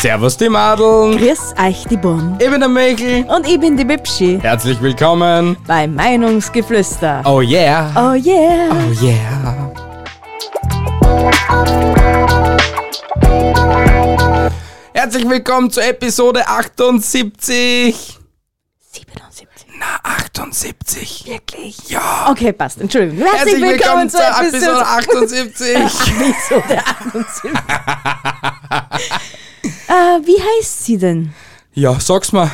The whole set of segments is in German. Servus die Madeln. Grüß euch die Burm. Ich bin der Michael. Und ich bin die Bibschi Herzlich willkommen. bei Meinungsgeflüster. Oh yeah. Oh yeah. Oh yeah. Herzlich willkommen zur Episode 78. 77. Na, 78. Wirklich? Ja. Okay, passt. Entschuldigung. Herzlich, willkommen, zur Episode 78. 78. äh, wie heißt sie denn? Ja, sag's mal.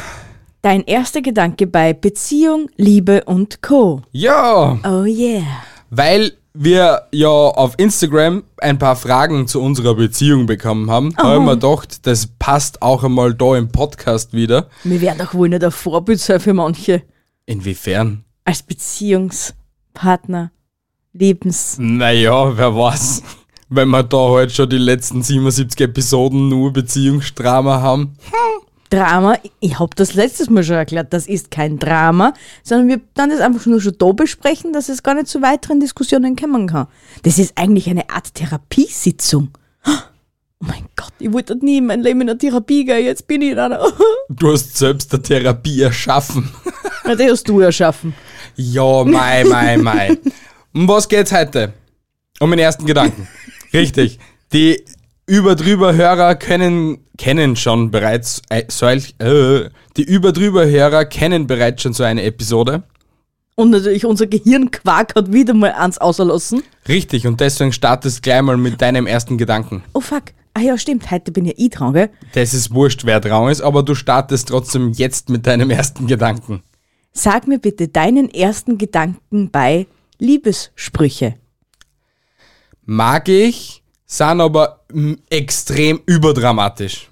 Dein erster Gedanke bei Beziehung, Liebe und Co. Ja, Oh yeah. weil wir ja auf Instagram ein paar Fragen zu unserer Beziehung bekommen haben, haben wir gedacht, das passt auch einmal da im Podcast wieder. Wir werden doch wohl nicht ein Vorbild sein für manche. Inwiefern? Als Beziehungspartner, Lebens... Naja, wer weiß. Wenn wir da halt schon die letzten 77 Episoden nur Beziehungsdrama haben. Drama, ich habe das letztes Mal schon erklärt, das ist kein Drama, sondern wir dann das einfach nur schon da besprechen, dass es gar nicht zu weiteren Diskussionen kommen kann. Das ist eigentlich eine Art Therapiesitzung. Oh mein Gott, ich wollte nie in meinem Leben in eine Therapie gehen, jetzt bin ich in einer. Du hast selbst eine Therapie erschaffen. Na, das hast du erschaffen. Ja, mei, mei, mei. Um was geht's heute? Um den ersten Gedanken. Richtig. Die Überdrüber-Hörer können, kennen schon bereits äh, solch, äh, die Überdrüber-Hörer kennen bereits schon so eine Episode. Und natürlich unser Gehirnquark hat wieder mal eins auserlassen. Richtig, und deswegen startest gleich mal mit deinem ersten Gedanken. Oh fuck, ah ja, stimmt, heute bin ja ich dran, gell? Das ist wurscht, wer dran ist, aber du startest trotzdem jetzt mit deinem ersten Gedanken. Sag mir bitte deinen ersten Gedanken bei Liebessprüche. Mag ich, sind aber mm, extrem überdramatisch.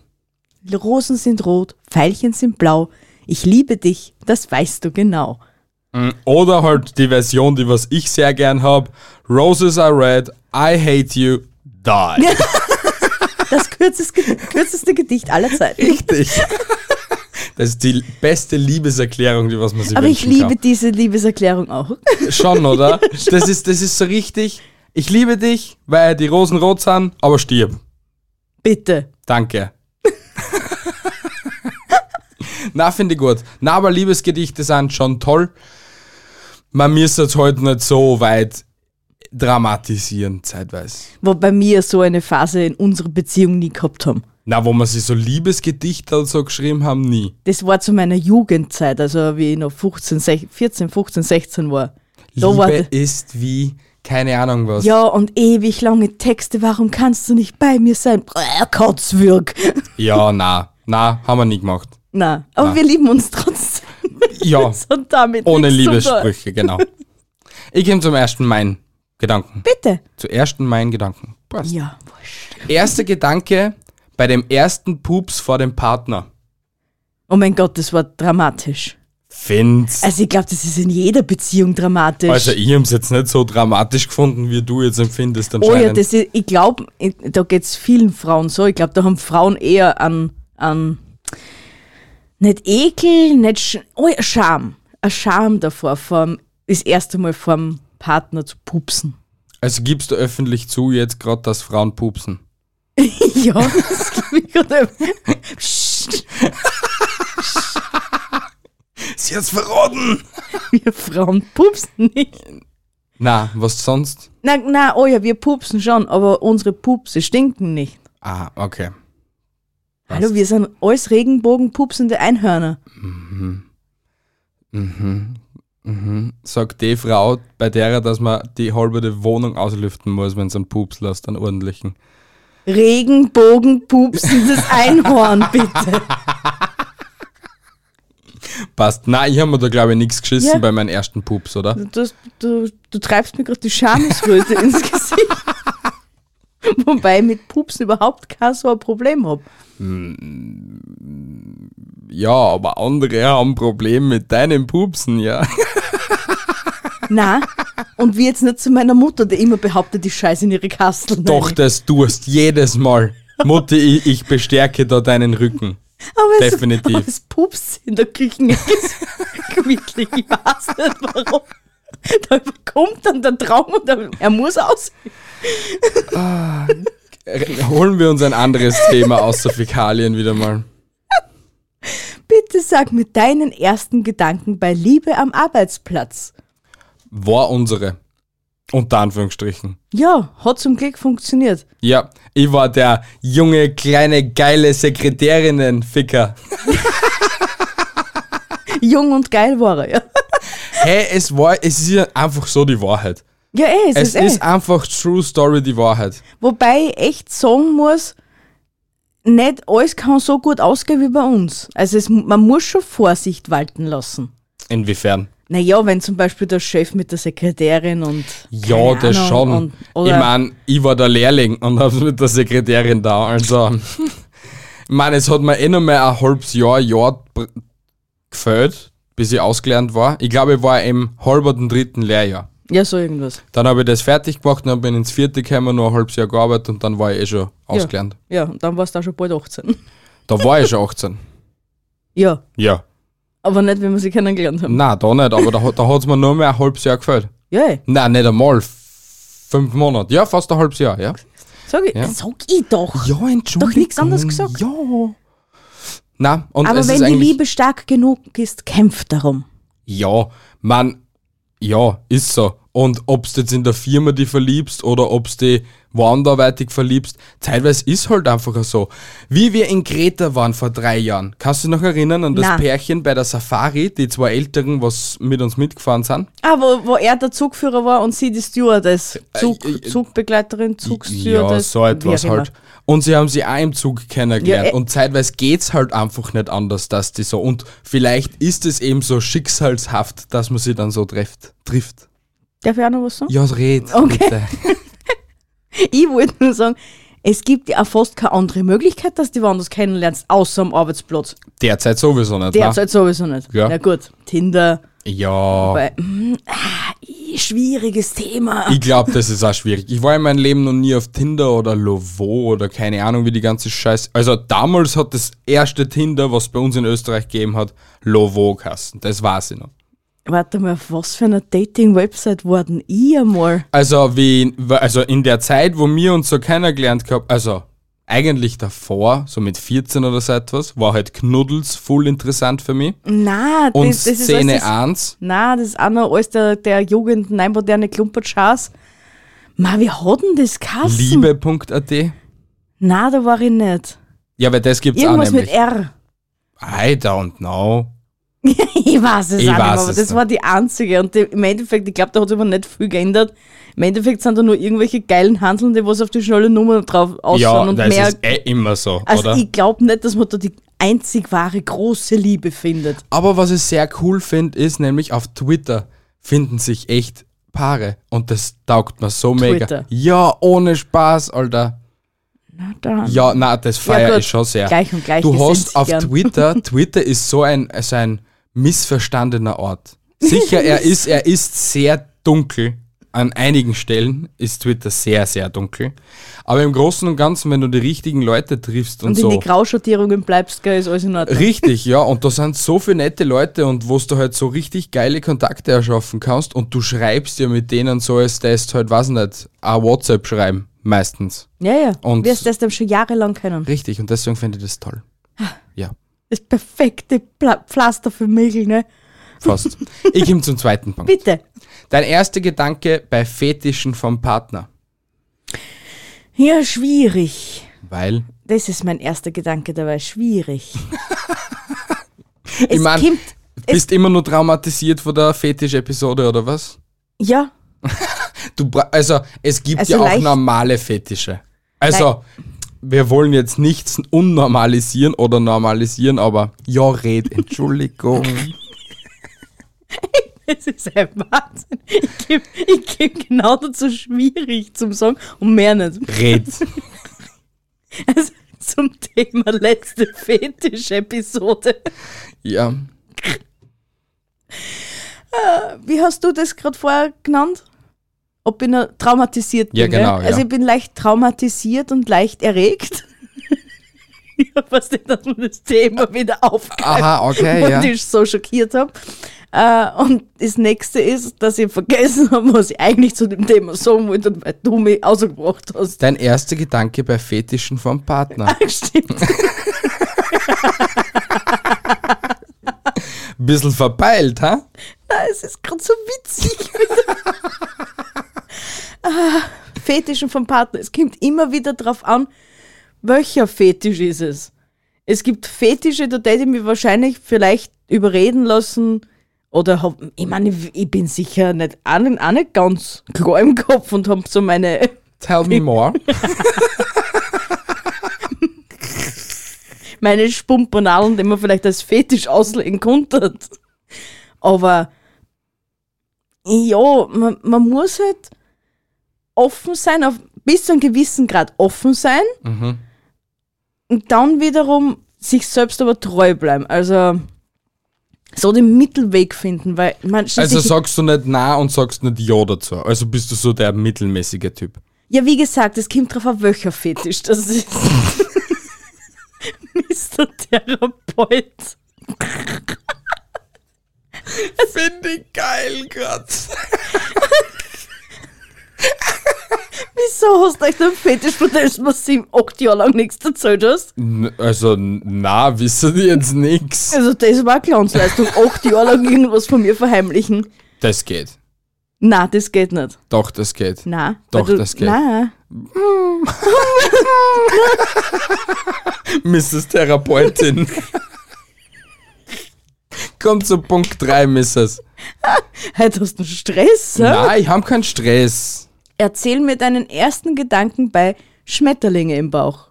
Rosen sind rot, Veilchen sind blau. Ich liebe dich, das weißt du genau. Oder halt die Version, die was ich sehr gern hab. Roses are red, I hate you, die. Das kürzes, kürzeste Gedicht aller Zeiten. Richtig. Das ist die beste Liebeserklärung, die was man sich Aber ich wünschen liebe diese Liebeserklärung auch. kann. Schon, oder? Das ist, das ist so richtig. Ich liebe dich, weil die Rosen rot sind, aber stirb. Bitte. Danke. Na, finde ich gut. Na, aber Liebesgedichte sind schon toll. Man müsste es heute nicht so weit dramatisieren, zeitweise. Wobei wir so eine Phase in unserer Beziehung nie gehabt haben. Na, wo man sich so Liebesgedichte und so geschrieben haben, nie. Das war zu meiner Jugendzeit, also wie ich noch 15, 16, 14, 15, 16 war. Da war Liebe ist wie, keine Ahnung was. Oh, ja, und ewig lange Texte, warum kannst du nicht bei mir sein? Brrr, Kotzwürg. Ja, na, na, haben wir nie gemacht. Na, aber wir lieben uns trotzdem. Ja, Und damit ohne nichts zu tun. Liebessprüche, genau. Ich komme zum ersten meinen Gedanken. Bitte. Zu ersten meinen Gedanken. Passt. Ja, wurscht. Erster Gedanke bei dem ersten Pups vor dem Partner. Oh mein Gott, das war dramatisch. Find's. Also ich glaube, das ist in jeder Beziehung dramatisch. Also ich hab's jetzt nicht so dramatisch gefunden, wie du jetzt empfindest oh anscheinend. ja, das ist, ich glaube, da geht's vielen Frauen so. Ich glaube, da haben Frauen eher an, an nicht Ekel, nicht Sch oh ja, Scham. Ein Scham davor, vom, das erste Mal vorm Partner zu pupsen. also gibst du öffentlich zu jetzt gerade, dass Frauen pupsen. ja, das glaube ich gerade. Psst, Sie hat's verraten! wir Frauen pupsen nicht. Na, was sonst? Na, na, oh ja, wir pupsen schon, aber unsere Pupse stinken nicht. Ah, okay. Was? Hallo, wir sind alles Regenbogenpupsende Einhörner. Sagt die Frau, bei derer, dass man die halbe Wohnung auslüften muss, wenn sie einen Pups lässt, einen ordentlichen. Regenbogenpupsendes Einhorn, bitte. Passt. Na, ich habe mir da glaube ich nichts geschissen Ja. bei meinem ersten Pups, oder? Du, du, du treibst mir gerade die Schamesröte ins Gesicht. Wobei ich mit Pupsen überhaupt kein so ein Problem habe. Ja, aber andere haben Probleme mit deinen Pupsen, ja. Na, und wie jetzt nicht zu meiner Mutter, die immer behauptet, ich scheiße in ihre Kasteln. Doch, das tust jedes Mal. Mutti, ich, ich bestärke da deinen Rücken. aber es, definitiv. Aber es pupst in der Küche ist gemütlich. Ich weiß nicht warum. Da kommt dann der Traum und er, er muss aus. holen wir uns ein anderes Thema außer Fäkalien wieder mal. Bitte sag mir deinen ersten Gedanken bei Liebe am Arbeitsplatz. War unsere. Unter Anführungsstrichen. Ja, hat zum Glück funktioniert. Ja, ich war der junge, kleine, geile Sekretärinnen-Ficker. Jung und geil war er, ja. Hey, es war, es ist ja einfach so die Wahrheit. Ja, eh, es, Es ist eh. ist einfach True Story die Wahrheit. Wobei ich echt sagen muss, nicht alles kann so gut ausgehen wie bei uns. Also es, man muss schon Vorsicht walten lassen. Inwiefern? Naja, wenn zum Beispiel der Chef mit der Sekretärin und. Ja, keine das Ahnung, schon. Und, ich oder meine, ich war der Lehrling und hab's mit der Sekretärin da. Also, ich meine, es hat mir eh noch mal ein halbes Jahr, Jahr br- gefällt, bis ich ausgelernt war. Ich glaube, ich war im halberten dritten Lehrjahr. ja, so irgendwas. Dann habe ich das fertig gemacht und dann bin ins vierte gekommen, nur ein halbes Jahr gearbeitet und dann war ich eh schon ausgelernt. Ja, und dann warst du auch schon bald 18. Da war ich schon 18. Ja, Ja. aber nicht, wenn wir sie kennengelernt haben. Nein, da nicht, aber da, hat- da hat es mir nur mehr ein halbes Jahr gefällt. Ja, eh, Nein, nicht einmal. F- Fünf Monate. Ja, fast ein halbes Jahr, ja. sag ich, Ja. sag ich doch. Ja, Entschuldigung. Doch nichts anderes gesagt. Ja. Na, und aber es wenn ist die eigentlich, Liebe stark genug ist, kämpft darum. Ja, man, ja, ist so. Und ob's jetzt in der Firma die verliebst oder ob's die wanderweitig verliebst, teilweise ist halt einfach so. Wie wir in Kreta waren vor drei Jahren, kannst du dich noch erinnern an das Na. Pärchen bei der Safari, die zwei Älteren, was mit uns mitgefahren sind? Ah, wo, wo er der Zugführer war und sie die Stewardess. Zug, Äh, äh, Zugbegleiterin, Ja, Zugstewardess. so etwas wie auch immer. halt. Und sie haben sie auch im Zug kennengelernt. Ja, äh- und zeitweise geht's halt einfach nicht anders, dass die so. Und vielleicht ist es eben so schicksalshaft, dass man sie dann so trifft. trifft. Darf ich auch noch was sagen? Ja, red. Okay. Bitte. Ich wollte nur sagen, es gibt ja auch fast keine andere Möglichkeit, dass du die woanders kennenlernst, außer am Arbeitsplatz. Derzeit sowieso nicht. ne? Derzeit sowieso nicht. Ja. Na gut, Tinder, Ja. bei, hm, ah, i- schwieriges Thema. Ich glaube, das ist auch schwierig. Ich war in meinem Leben noch nie auf Tinder oder Lovo oder keine Ahnung, wie die ganze Scheiße. Also damals hat das erste Tinder, was bei uns in Österreich gegeben hat, Lovo kassen. Das weiß ich noch. Warte mal, auf was für einer Dating-Website wurden ich einmal? Also, wie, also in der Zeit, wo wir uns so kennengelernt gehabt, also eigentlich davor, so mit 14 oder so etwas, war halt Knuddels voll interessant für mich. Na, Und das, das ist alles Szene das- 1, Nein, das ist auch noch alles der, der Jugend, nein, moderne Klumpertschaß. Ma, wie hat denn das Kassen? liebe.at. Nein, da war ich nicht. Ja, weil das gibt's auch Irgendwas mit nämlich. R. I don't know. Ich weiß es Ich auch nicht, mehr, weiß aber es das war die einzige. Und die, im Endeffekt, ich glaube, da hat sich aber nicht viel geändert. Im Endeffekt sind da nur irgendwelche geilen Handelnde, was auf die schnelle Nummer drauf Ja, ausschauen und das mehr. ist eh immer so, Also oder? ich glaube nicht, dass man da die einzig wahre große Liebe findet. Aber was ich sehr cool finde, ist nämlich auf Twitter finden sich echt Paare. Und das taugt mir so mega. Twitter. Ja, ohne Spaß, Alter. Na dann. Ja, na, das feiere gut. ich schon sehr. Gleich und gleich Du gesinnt hast auf gern. Twitter, Twitter ist so ein, so ein missverstandener Ort. Sicher, er ist, er ist sehr dunkel. An einigen Stellen ist Twitter sehr, sehr dunkel. Aber im Großen und Ganzen, wenn du die richtigen Leute triffst und, Und so. in die Grauschattierungen bleibst, gell, ist alles in Ordnung. Richtig, ja. Und da sind so viele nette Leute und wo du halt so richtig geile Kontakte erschaffen kannst und du schreibst ja mit denen so, als das halt, weiß nicht, auch WhatsApp schreiben, meistens. Ja, ja. Und- Wirst das dann schon jahrelang kennen. Richtig, und deswegen finde ich das toll. Ah. Ja, Das perfekte Pla Pflaster für Michel, ne? fast. Ich komme zum zweiten Punkt. Bitte. Dein erster Gedanke bei Fetischen vom Partner. Ja, schwierig. Weil, Das ist mein erster Gedanke dabei. Schwierig. es mein- kommt, bist immer nur traumatisiert von der Fetisch-Episode oder was? ja, Du, bra- also, es gibt Also ja auch leicht- normale Fetische. Also, wir wollen jetzt nichts unnormalisieren oder normalisieren, aber ja, red, Entschuldigung. es ist ein Wahnsinn. Ich gebe ich geb genau dazu schwierig zum Song und mehr nicht. red. Also zum Thema letzte Fetisch-Episode. Ja. Wie hast du das gerade vorher genannt? Ob ich noch traumatisiert bin. Ja, genau, gell? Also ja. ich bin leicht traumatisiert und leicht erregt. Ich verstehe, dass man das Thema wieder aufgreift. Aha, okay, und ja. ich so schockiert habe. Äh, und das nächste ist, dass ich vergessen habe, was ich eigentlich zu dem Thema sagen wollte und weil du mich ausgebracht hast. Dein erster Gedanke bei Fetischen vom Partner. Stimmt. Bisschen verpeilt, ha? Nein, Ah, es ist gerade so witzig. ah, Fetischen vom Partner. Es kommt immer wieder drauf an, welcher Fetisch ist es. Es gibt Fetische, da hätte ich mich wahrscheinlich vielleicht überreden lassen oder hab, ich meine, ich bin sicher nicht, auch nicht, auch nicht ganz klar im Kopf und habe so meine, Tell me more. meine Spumpanalen, die man vielleicht als Fetisch auslegen konnte. Aber ja, man, man muss halt offen sein, auf, bis zu einem gewissen Grad offen sein Mhm. und dann wiederum sich selbst aber treu bleiben. Also so den Mittelweg finden, weil man Also schließlich- sagst du nicht Na und sagst nicht Ja dazu. Also bist du so der mittelmäßige Typ. Ja, wie gesagt, es kommt drauf an, welcher Fetisch das ist. Mr. Therapeut. Finde ich geil, Gott. Wieso hast du echt einen Fetisch, von dem du mir sieben, acht Jahre lang nichts erzählt hast? Also, na, wissen die jetzt nix. Also das war eine Clownsleistung, acht Jahre lang irgendwas von mir verheimlichen. Das geht. Na, das geht nicht. Doch, das geht. Na, Doch, das geht. Na, Mrs. Therapeutin. Kommt zu Punkt 3, Mrs. heute hast du einen Stress. hä? Nein, ich habe keinen Stress. Erzähl mir deinen ersten Gedanken bei Schmetterlinge im Bauch.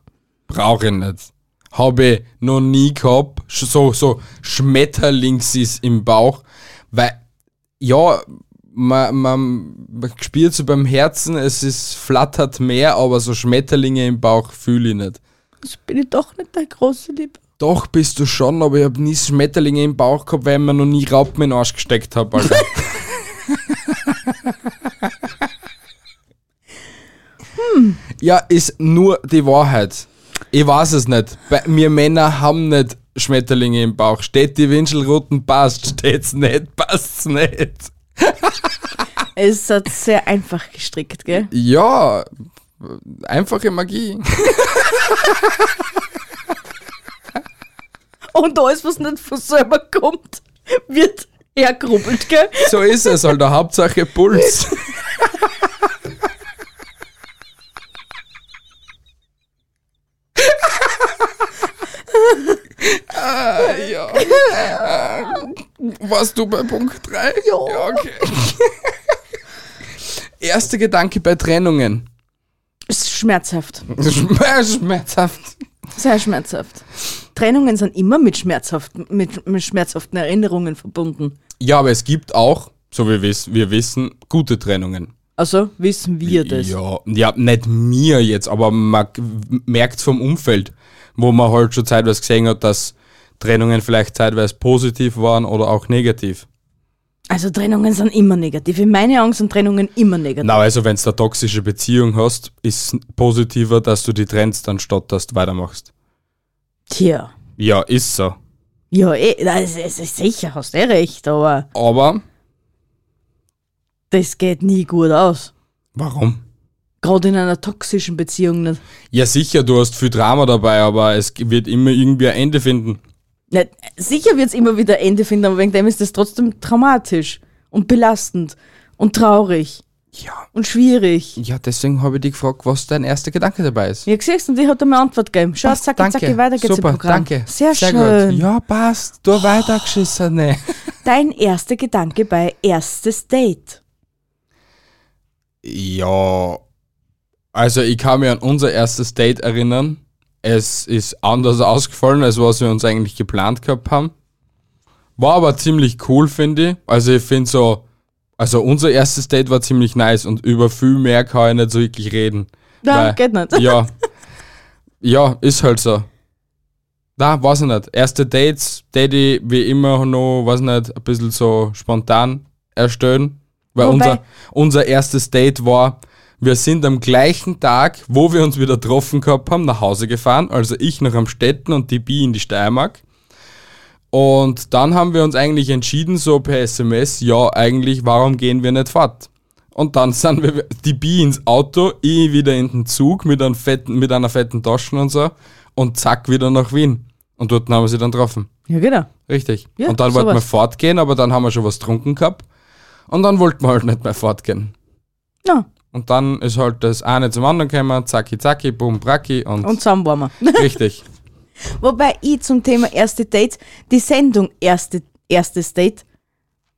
Brauche ich nicht. Habe ich noch nie gehabt. Sch- So, so Schmetterlings ist im Bauch. Weil, ja, man, man, man spürt so beim Herzen, es ist, flattert mehr, aber so Schmetterlinge im Bauch fühle ich nicht. Das bin ich doch nicht der große Liebe. Doch, bist du schon, aber ich habe nie Schmetterlinge im Bauch gehabt, weil ich mir noch nie Raupen in den Arsch gesteckt habe, Alter. Hm. Ja, ist nur die Wahrheit. Ich weiß es nicht. Bei, wir Männer haben nicht Schmetterlinge im Bauch. Steht die Winschelruten, passt. Steht's nicht, passt's nicht. Es hat sehr einfach gestrickt, gell? Ja, einfache Magie. Und alles, was nicht von selber kommt, wird hergerubbelt, gell? So ist es, Alter. Hauptsache Puls. ah, ja. Ähm, warst du bei Punkt 3? Ja. okay. Erster Gedanke bei Trennungen. Ist schmerzhaft. Schmerz- Schmerzhaft. Sehr schmerzhaft. Trennungen sind immer mit, schmerzhaft, mit, mit schmerzhaften Erinnerungen verbunden. Ja, aber es gibt auch, so wie wir wiss- wir wissen, gute Trennungen. Also wissen wir das. Ja, ja, nicht mir jetzt, aber man merkt vom Umfeld, wo man halt schon zeitweise gesehen hat, dass Trennungen vielleicht zeitweise positiv waren oder auch negativ. Also Trennungen sind immer negativ. In meiner Angst sind Trennungen immer negativ. Na, also wenn du eine toxische Beziehung hast, ist es positiver, dass du die trennst, anstatt dass du weitermachst. Tja. Ja, ist so. Ja, eh, das ist, ist sicher, hast eh recht, aber Aber das geht nie gut aus. warum? Gerade in einer toxischen Beziehung nicht. Ja, sicher, du hast viel Drama dabei, aber es wird immer irgendwie ein Ende finden. Nicht, sicher wird es immer wieder ein Ende finden, aber wegen dem ist das trotzdem traumatisch und belastend und traurig Ja. und schwierig. Ja, deswegen habe ich dich gefragt, was dein erster Gedanke dabei ist. Ja, siehst du, und die hat mir eine Antwort gegeben. Schau, zack, zack, weiter geht's Super, im Programm. danke. Sehr, schön. Oh. Gut. Ja, passt. Du weitergeschissene. Dein erster Gedanke bei erstes Date. Ja. Also, ich kann mich an unser erstes Date erinnern. Es ist anders ausgefallen, als was wir uns eigentlich geplant gehabt haben. War aber ziemlich cool, finde ich. Also, ich finde so, also unser erstes Date war ziemlich nice und über viel mehr kann ich nicht so wirklich reden. Nein, Weil- geht nicht. Ja. Ja, ist halt so. Na, weiß ich nicht. Erste Dates, Daddy, wie immer noch, weiß nicht, ein bisschen so spontan erstellen. Weil Wobei- unser, unser erstes Date war, wir sind am gleichen Tag, wo wir uns wieder getroffen gehabt haben, nach Hause gefahren. Also ich nach Amstetten und die Bi in die Steiermark. Und dann haben wir uns eigentlich entschieden, so per SMS, ja, eigentlich, warum gehen wir nicht fort? Und dann sind wir, die Bi ins Auto, ich wieder in den Zug mit, einem fetten, mit einer fetten Tasche und so. Und zack, wieder nach Wien. Und dort haben wir sie dann getroffen. Ja, genau. Richtig. Ja, und dann sowas. wollten wir fortgehen, aber dann haben wir schon was getrunken gehabt. Und dann wollten wir halt nicht mehr fortgehen. Ja, Und dann ist halt das eine zum anderen gekommen, zacki zacki, bum bracki und, und zusammen waren wir. richtig. Wobei ich zum Thema erste Dates, die Sendung erste, erstes Date,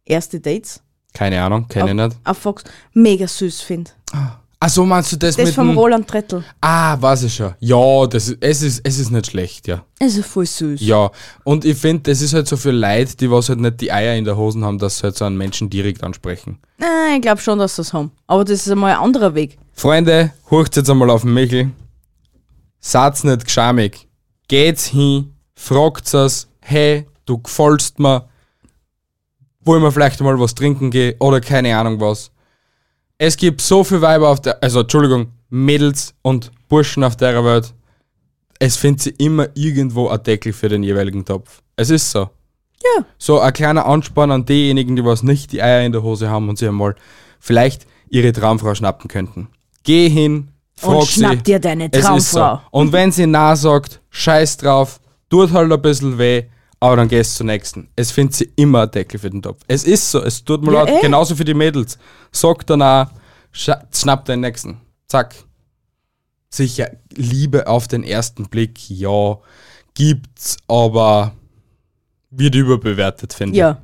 erste Dates Keine Ahnung, kenne ich nicht. auf Fox mega süß finde. Ach so, meinst du das, Das mit vom dem... Roland Trettel. Ah, weiß ich schon. Ja, das ist, es, ist, es ist nicht schlecht, ja. Also voll süß. Ja, und ich finde, das ist halt so für Leute, die was halt nicht die Eier in der Hosen haben, dass sie halt so einen Menschen direkt ansprechen. Nein, ich glaube schon, dass sie es haben. Aber das ist einmal ein anderer Weg. Freunde, hurcht jetzt einmal auf den Michel. Seid's nicht geschamig. Geht's hin, fragt's es, hey, du gefällst mir, wollen wir vielleicht mal was trinken gehen oder keine Ahnung was. Es gibt so viele Weiber auf der, also Entschuldigung, Mädels und Burschen auf der Welt. Es findet sie immer irgendwo ein Deckel für den jeweiligen Topf. Es ist so. Ja. So ein kleiner Ansporn an diejenigen, die was nicht die Eier in der Hose haben und sie einmal vielleicht ihre Traumfrau schnappen könnten. Geh hin, frag Und sie. schnapp dir deine Es ist Traumfrau. So. Und wenn sie na sagt, scheiß drauf, tut halt ein bisschen weh, aber dann gehst zur nächsten. Es findet sie immer einen Deckel für den Topf. Es ist so, es tut mir Ja, leid, eh. genauso für die Mädels. Sag dann auch, scha- schnapp den nächsten. Zack. Sicher, Liebe auf den ersten Blick, ja, gibt's, aber wird überbewertet, finde ich. Ja.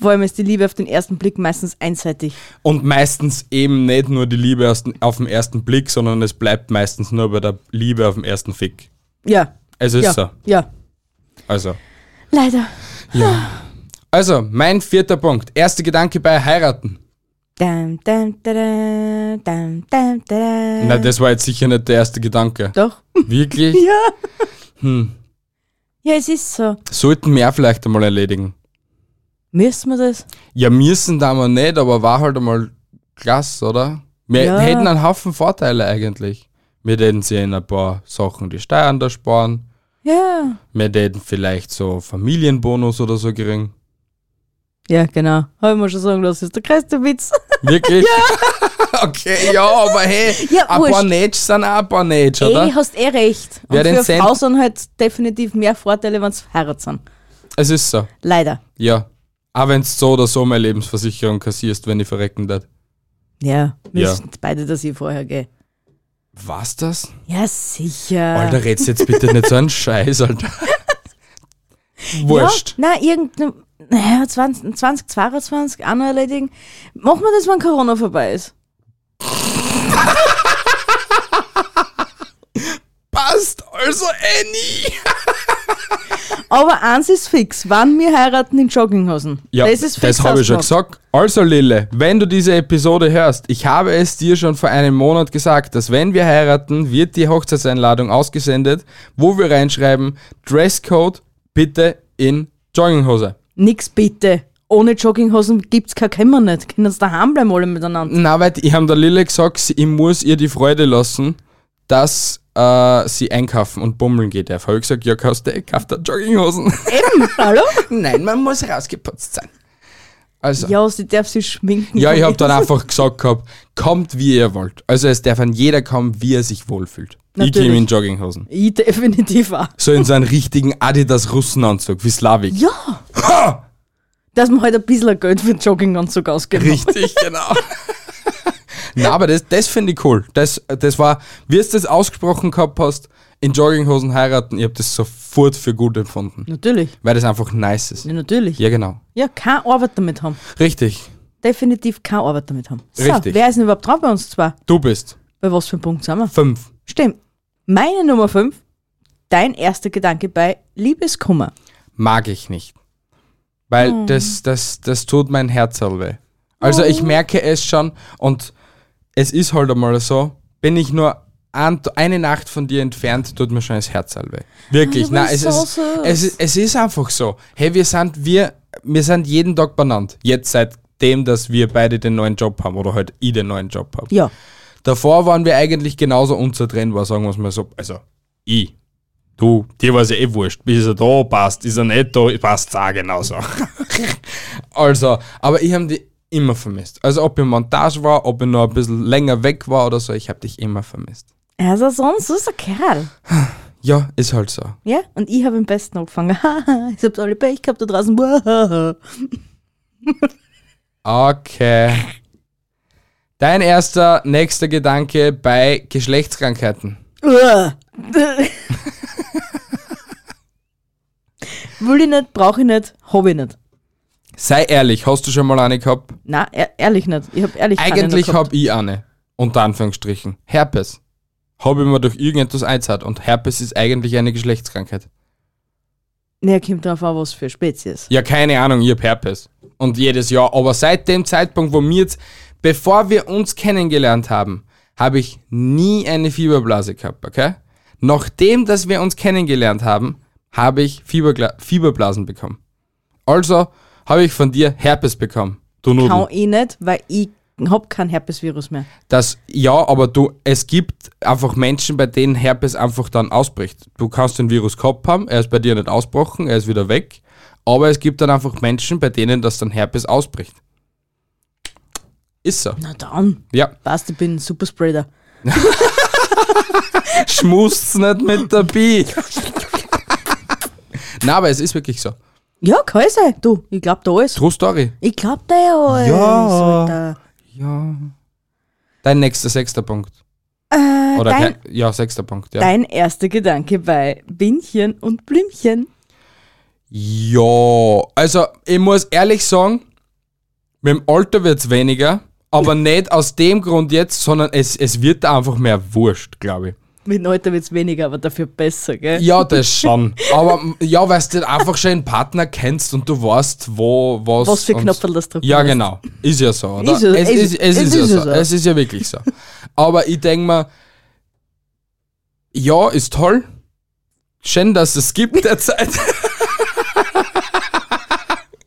Vor allem ist die Liebe auf den ersten Blick meistens einseitig. Und meistens eben nicht nur die Liebe aus den- auf den ersten Blick, sondern es bleibt meistens nur bei der Liebe auf dem ersten Fick. Ja. Es ist ja. so. Ja. Also. Leider. Also, mein vierter Punkt. Erster Gedanke bei heiraten. Dam, dam, dada, dam, dam, dada. Na, das war jetzt sicher nicht der erste Gedanke. Doch. Wirklich? Ja. Hm. Ja, es ist so. Sollten wir vielleicht einmal erledigen. Müssen wir das? Ja, müssen da mal nicht, aber war halt einmal klasse, oder? Wir Ja. hätten einen Haufen Vorteile eigentlich. Wir hätten sie in ein paar Sachen die Steuern da sparen. Ja. Wir hätten vielleicht so Familienbonus oder so gering. Ja, genau. Habe ich mir schon sagen, das ist der größte Witz. Wirklich? okay, ja, aber hey, Ja, ein paar wurscht. Netsch sind auch ein paar Netsch, Ey, oder? hast eh recht. Und Wer den für Cent- Frauen sind halt definitiv mehr Vorteile, wenn sie verheiratet sind. Es ist so. Leider. Ja. Auch wenn so oder so meine Lebensversicherung kassierst, wenn ich verrecken darf. Ja. Wir Ja. wissen beide, dass ich vorher gehe. Was das? Ja, sicher. Alter, redst jetzt bitte nicht so einen Scheiß, Alter. Wurscht. Ja, nein, irgendein, naja, 20, 20, 22, auch noch erledigen. Machen wir das, wenn Corona vorbei ist. Passt also Annie. Aber eins ist fix, wann wir heiraten in Jogginghosen. Ja, das ist fix. das habe ich schon ausgemacht. gesagt. Also Lille, wenn du diese Episode hörst, ich habe es dir schon vor einem Monat gesagt, dass wenn wir heiraten, wird die Hochzeitseinladung ausgesendet, wo wir reinschreiben, Dresscode bitte in Jogginghose. Nix bitte. Ohne Jogginghosen gibt's kein Kämmer nicht. Können uns daheim bleiben alle miteinander. Na, weil ich habe der Lille gesagt, sie- ich muss ihr die Freude lassen, dass äh, sie einkaufen und bummeln geht. Darf. Habe ich gesagt, ja, kannst du, eh, kauf da Jogginghosen. Eben, hallo? Nein, man muss rausgeputzt sein. Also, ja, Ja, sie darf sich schminken. ich habe dann einfach gesagt gehabt, kommt wie ihr wollt. Also es darf an jeder kommen, wie er sich wohlfühlt. Ich Natürlich. käme in Jogginghosen. Ich definitiv auch. So in so einen richtigen Adidas-Russenanzug, wie Slavik. Ja, Ha! dass man halt ein bisschen ein Geld für den Jogginganzug ausgibt. Richtig, genau. Na, aber das, das finde ich cool. Das, das war, wie es das ausgesprochen gehabt hast, in Jogginghosen heiraten, ich habe das sofort für gut empfunden. Natürlich. Weil das einfach nice ist. Ja, natürlich. Ja. Ja, genau. keine Arbeit damit haben. Richtig. Definitiv keine Arbeit damit haben. So, Richtig. wer ist denn überhaupt dran bei uns zwei? Du bist Bei was für einem Punkt sind wir? fünf. Stimmt. Meine Nummer 5, dein erster Gedanke bei Liebeskummer. mag ich nicht. Weil Hm. das, das, das tut mein Herz weh. Also Oh. ich merke es schon und es ist halt einmal so, bin ich nur ein, eine Nacht von dir entfernt, tut mir schon das Herz halt weh. Wirklich, Ah, du nein, es, bist so ist, süß. es, ist- es ist einfach so. Hey, wir sind, wir, wir sind jeden Tag benannt. Jetzt seitdem, dass wir beide den neuen Job haben oder halt ich den neuen Job habe. Ja. Davor waren wir eigentlich genauso unzertrennbar, sagen wir es mal so. Also ich Du, dir war es ja eh wurscht. Ist er da, passt. Ist er nicht da, passt auch genauso. also, aber ich habe die immer vermisst. Also, ob ich in Montage war, ob ich noch ein bisschen länger weg war oder so, ich habe dich immer vermisst. Also so ein süßer Kerl. Ja, ist halt so. Ja, und ich habe am besten angefangen. Haha, ich hab's alle Pech gehabt da draußen. Wahaha. Okay. Dein erster, nächster Gedanke bei Geschlechtskrankheiten. Uah. Will ich nicht, brauche ich nicht, habe ich nicht. Sei ehrlich, hast du schon mal eine gehabt? Na, ehr- e-, ehrlich nicht. Ich habe ehrlich keine Eigentlich nicht gehabt. habe ich eine. Unter Anführungsstrichen. Herpes. Habe ich mir durch irgendetwas einzahlt. Und Herpes ist eigentlich eine Geschlechtskrankheit. Naja, kommt drauf an, was für Spezies. Ja, keine Ahnung, ich hab Herpes. Und jedes Jahr. Aber seit dem Zeitpunkt, wo wir jetzt, bevor wir uns kennengelernt haben, habe ich nie eine Fieberblase gehabt, okay? Nachdem, dass wir uns kennengelernt haben, habe ich Fiebergla Fieberblasen bekommen. Also habe ich von dir Herpes bekommen. Du Nudel. Kann ich nicht, weil ich habe kein Herpesvirus mehr. Das, ja, aber du, es gibt einfach Menschen, bei denen Herpes einfach dann ausbricht. Du kannst den Virus gehabt haben, er ist bei dir nicht ausbrochen, er ist wieder weg. Aber es gibt dann einfach Menschen, bei denen das dann Herpes ausbricht. Ist so. Na dann, Ja. passt, ich bin ein Superspreader. Schmust's nicht mit der Bi. Na, aber es ist wirklich so. Ja, kann ich sein. Du, ich glaub da alles. True Story. Ich glaub da ja alles. Ja. Alter. Ja. Dein nächster sechster Punkt. Äh, Oder dein, kein- ja, sechster Punkt, ja. dein erster Gedanke bei Bienchen und Blümchen. Ja, also ich muss ehrlich sagen, mit dem Alter wird's weniger, aber nicht aus dem Grund jetzt, sondern es, es wird einfach mehr wurscht, glaube ich. Mit dem Alter wird's weniger, aber dafür besser, gell? Ja, das schon. aber m- ja, weil du einfach schon einen Partner kennst und du weißt, wo, was. Was für und- Knöpfe das drauf Ja, ist. genau. Ist ja so, oder? Ist ja- es, es- ist, es, ist, ja so. Es ist ja wirklich so. Aber ich denke mir, ja, ist toll. Schön, dass es gibt derzeit.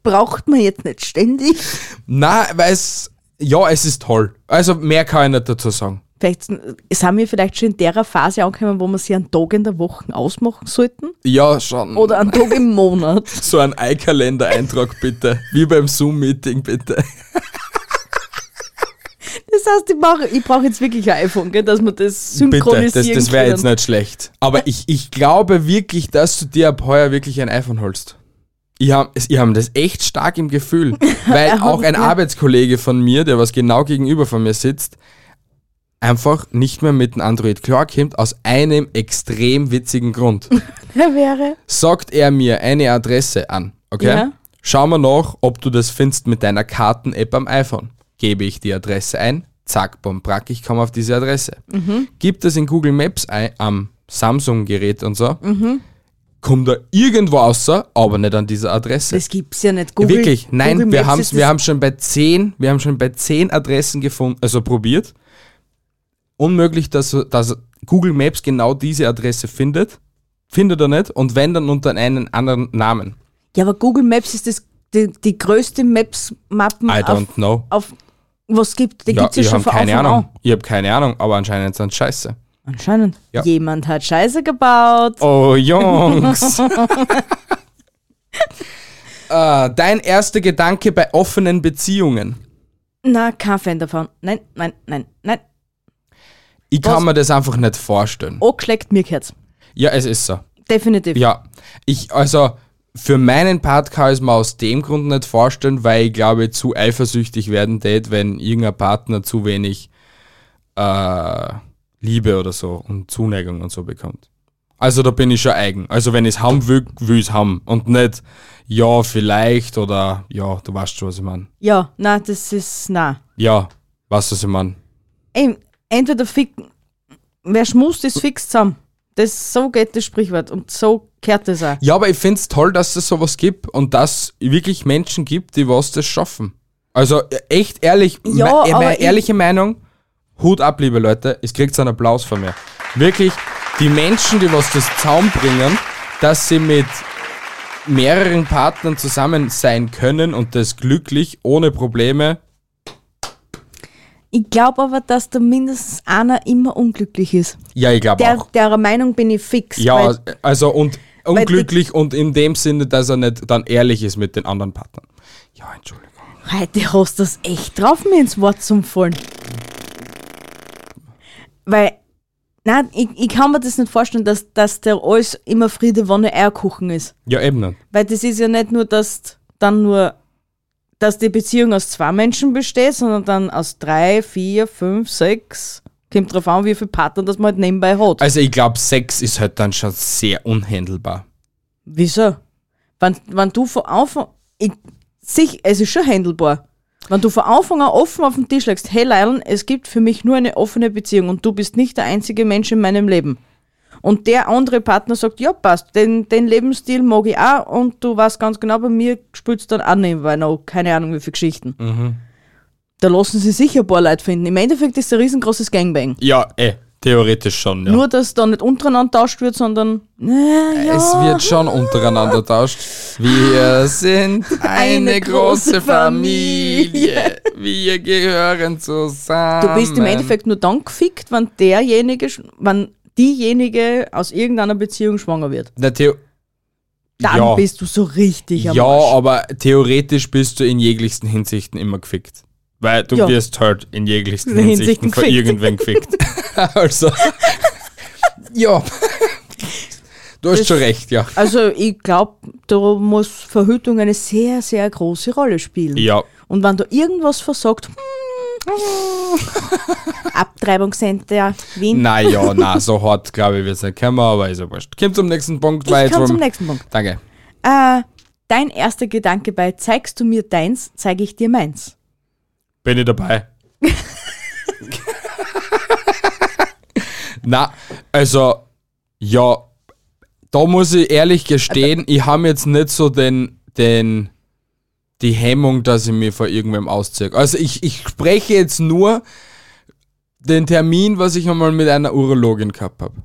Braucht man jetzt nicht ständig. Na, weil es, ja, es ist toll. Also mehr kann ich nicht dazu sagen. Vielleicht sind wir vielleicht schon in der Phase angekommen, wo wir sie einen Tag in der Woche ausmachen sollten. Ja, schon. Oder einen Tag im Monat. so ein Eikalender-Eintrag bitte. Wie beim Zoom-Meeting bitte. Das heißt, ich, mache- ich brauche jetzt wirklich ein iPhone, gell, dass wir das Bitte, das, synchronisieren das wäre jetzt können. nicht schlecht. Aber ich, ich glaube wirklich, dass du dir ab heuer wirklich ein iPhone holst. Ich habe ich hab das echt stark im Gefühl, weil auch ein Arbeitskollege von mir, der was genau gegenüber von mir sitzt, einfach nicht mehr mit dem Android klarkommt, aus einem extrem witzigen Grund. Der wäre. sagt er mir eine Adresse an. Okay? Ja. Schauen wir nach, ob du das findest mit deiner Karten-App am iPhone. Gebe ich die Adresse ein, zack, bom, brack, ich komme auf diese Adresse. Gib das in Google Maps ein, am Samsung-Gerät und so. Kommt da irgendwo außer, aber nicht an dieser Adresse. Das gibt's ja nicht. Google, Wirklich, nein, Google wir Maps haben ist wir das- haben schon bei zehn, wir haben schon bei zehn Adressen gefunden, also probiert. Unmöglich, dass, dass Google Maps genau diese Adresse findet. Findet er nicht und wenn dann unter einen anderen Namen. Ja, aber Google Maps ist das, die, die größte Maps-Mappen I don't auf, know. auf was gibt. Die Ja, gibt's ja ich schon habe von keine Anfang Ahnung. an. Ich habe keine Ahnung, aber anscheinend sind scheiße. Anscheinend. Ja. Jemand hat Scheiße gebaut. Oh Jungs. äh, dein erster Gedanke bei offenen Beziehungen. Na, kein Fan davon. Nein, nein, nein, nein. Ich Was? kann mir das einfach nicht vorstellen. Angeschlägt, mir gehört's. Ja, es ist so. Definitiv. Ja, ich, also für meinen Part kann ich es mir aus dem Grund nicht vorstellen, weil ich glaube, ich zu eifersüchtig werden tät, wenn irgendein Partner zu wenig äh, Liebe oder so und Zuneigung und so bekommt. Also da bin ich schon eigen. Also wenn ich es haben will, will ich es haben. Und nicht, ja, vielleicht oder ja, du weißt schon, was ich meine. Ja, na, das ist, na. Ja, weißt du, was ich meine? Ey, entweder ficken, wer schmust, ist fix zusammen. Das, so geht das Sprichwort und so kehrt das auch. Ja, aber ich find's toll, dass es sowas gibt und dass es wirklich Menschen gibt, die was das schaffen. Also echt ehrlich, Ja, mei- aber meine ich- ehrliche Meinung, Hut ab, liebe Leute, es kriegt einen Applaus von mir. Wirklich, die Menschen, die was das Zaum bringen, dass sie mit mehreren Partnern zusammen sein können und das glücklich, ohne Probleme. Ich glaube aber, dass da mindestens einer immer unglücklich ist. Ja, ich glaube Der, auch. derer Meinung bin ich fix. Ja, weil also und die- unglücklich und in dem Sinne, dass er nicht dann ehrlich ist mit den anderen Partnern. Ja, Entschuldigung. heute hast du das echt drauf, mir ins Wort zum Fallen. Weil, nein, ich, ich kann mir das nicht vorstellen, dass, dass der alles immer Friede, Wonne, Eierkuchen ist. Ja, eben nicht. Weil das ist ja nicht nur, dass d- dann nur, dass die Beziehung aus zwei Menschen besteht, sondern dann aus drei, vier, fünf, sechs. Kommt drauf an, wie viele Partner das man halt nebenbei hat. Also ich glaube, Sex ist halt dann schon sehr unhandelbar. Wieso? Wenn, wenn du von Anfang ich, sich, es ist schon handelbar. Wenn du von Anfang an offen auf den Tisch legst, hey Leilen, es gibt für mich nur eine offene Beziehung und du bist nicht der einzige Mensch in meinem Leben. Und der andere Partner sagt, ja passt, den, den Lebensstil mag ich auch und du weißt ganz genau, bei mir spürst dann auch nebenbei noch keine Ahnung wie viele Geschichten. Mhm. Da lassen sie sicher ein paar Leute finden. Im Endeffekt ist es ein riesengroßes Gangbang. Ja, eh, theoretisch schon, ja. Nur, dass da nicht untereinander tauscht wird, sondern na, ja. es wird schon untereinander tauscht. Wir sind eine, Eine große große Familie. Wir gehören zusammen. Du bist im Endeffekt nur dann gefickt, wenn derjenige, sch- wenn diejenige aus irgendeiner Beziehung schwanger wird. Na, Theo Dann Ja. bist du so richtig am ja, Arsch. aber theoretisch bist du in jeglichsten Hinsichten immer gefickt. Weil du Ja. wirst halt in jeglichsten In Hinsichten Hinsichten von gefickt. irgendwen gefickt. also, ja. Du hast Das- schon recht, ja. Also ich glaube, da muss Verhütung eine sehr, sehr große Rolle spielen. Ja, Und wenn da irgendwas versagt, hm, Abtreibungscenter Wien. naja, na, so hart glaube ich wird es nicht kommen, aber ist ja wurscht. Kommt zum nächsten Punkt, weil ich komme jetzt zum wollen- nächsten Punkt. Danke. Äh, dein erster Gedanke bei zeigst du mir deins, zeige ich dir meins. Bin ich dabei. Na, also, ja, da muss ich ehrlich gestehen, ich habe jetzt nicht so den, den, die Hemmung, dass ich mir vor irgendwem ausziehe. Also ich, ich spreche jetzt nur den Termin, was ich einmal mit einer Urologin gehabt habe.